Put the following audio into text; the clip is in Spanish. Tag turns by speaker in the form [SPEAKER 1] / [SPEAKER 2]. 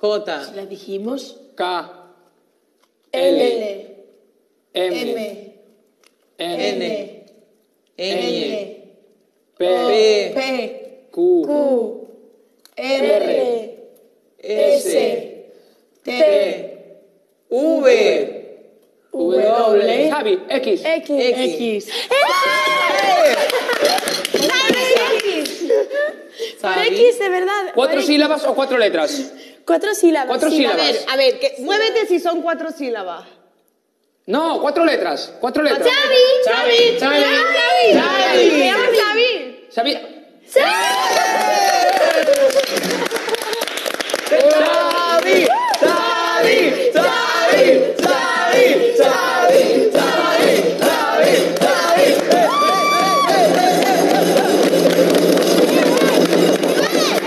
[SPEAKER 1] J,
[SPEAKER 2] La dijimos.
[SPEAKER 1] K, L,
[SPEAKER 3] L,
[SPEAKER 1] M,
[SPEAKER 3] M,
[SPEAKER 1] N,
[SPEAKER 3] N,
[SPEAKER 1] Ñ,
[SPEAKER 3] N,
[SPEAKER 1] P, P,
[SPEAKER 3] P,
[SPEAKER 1] Q,
[SPEAKER 3] Q,
[SPEAKER 1] R,
[SPEAKER 3] R,
[SPEAKER 1] S,
[SPEAKER 3] T,
[SPEAKER 1] V, W,
[SPEAKER 3] W,
[SPEAKER 1] Javi, X.
[SPEAKER 3] X,
[SPEAKER 1] X.
[SPEAKER 3] X.
[SPEAKER 1] Javi.
[SPEAKER 3] X de verdad.
[SPEAKER 1] ¿Cuatro sílabas o cuatro letras?
[SPEAKER 3] Cuatro sílabas.
[SPEAKER 1] Cuatro
[SPEAKER 3] sí.
[SPEAKER 1] sílabas.
[SPEAKER 4] A ver, a ver, que, muévete si son cuatro sílabas.
[SPEAKER 1] No, cuatro letras. Cuatro letras.
[SPEAKER 4] Xavi,
[SPEAKER 1] Xavi, Xavi,
[SPEAKER 4] Xavi,
[SPEAKER 1] Xavi.
[SPEAKER 4] Xavi.
[SPEAKER 1] Xavi.
[SPEAKER 3] ¡Sí!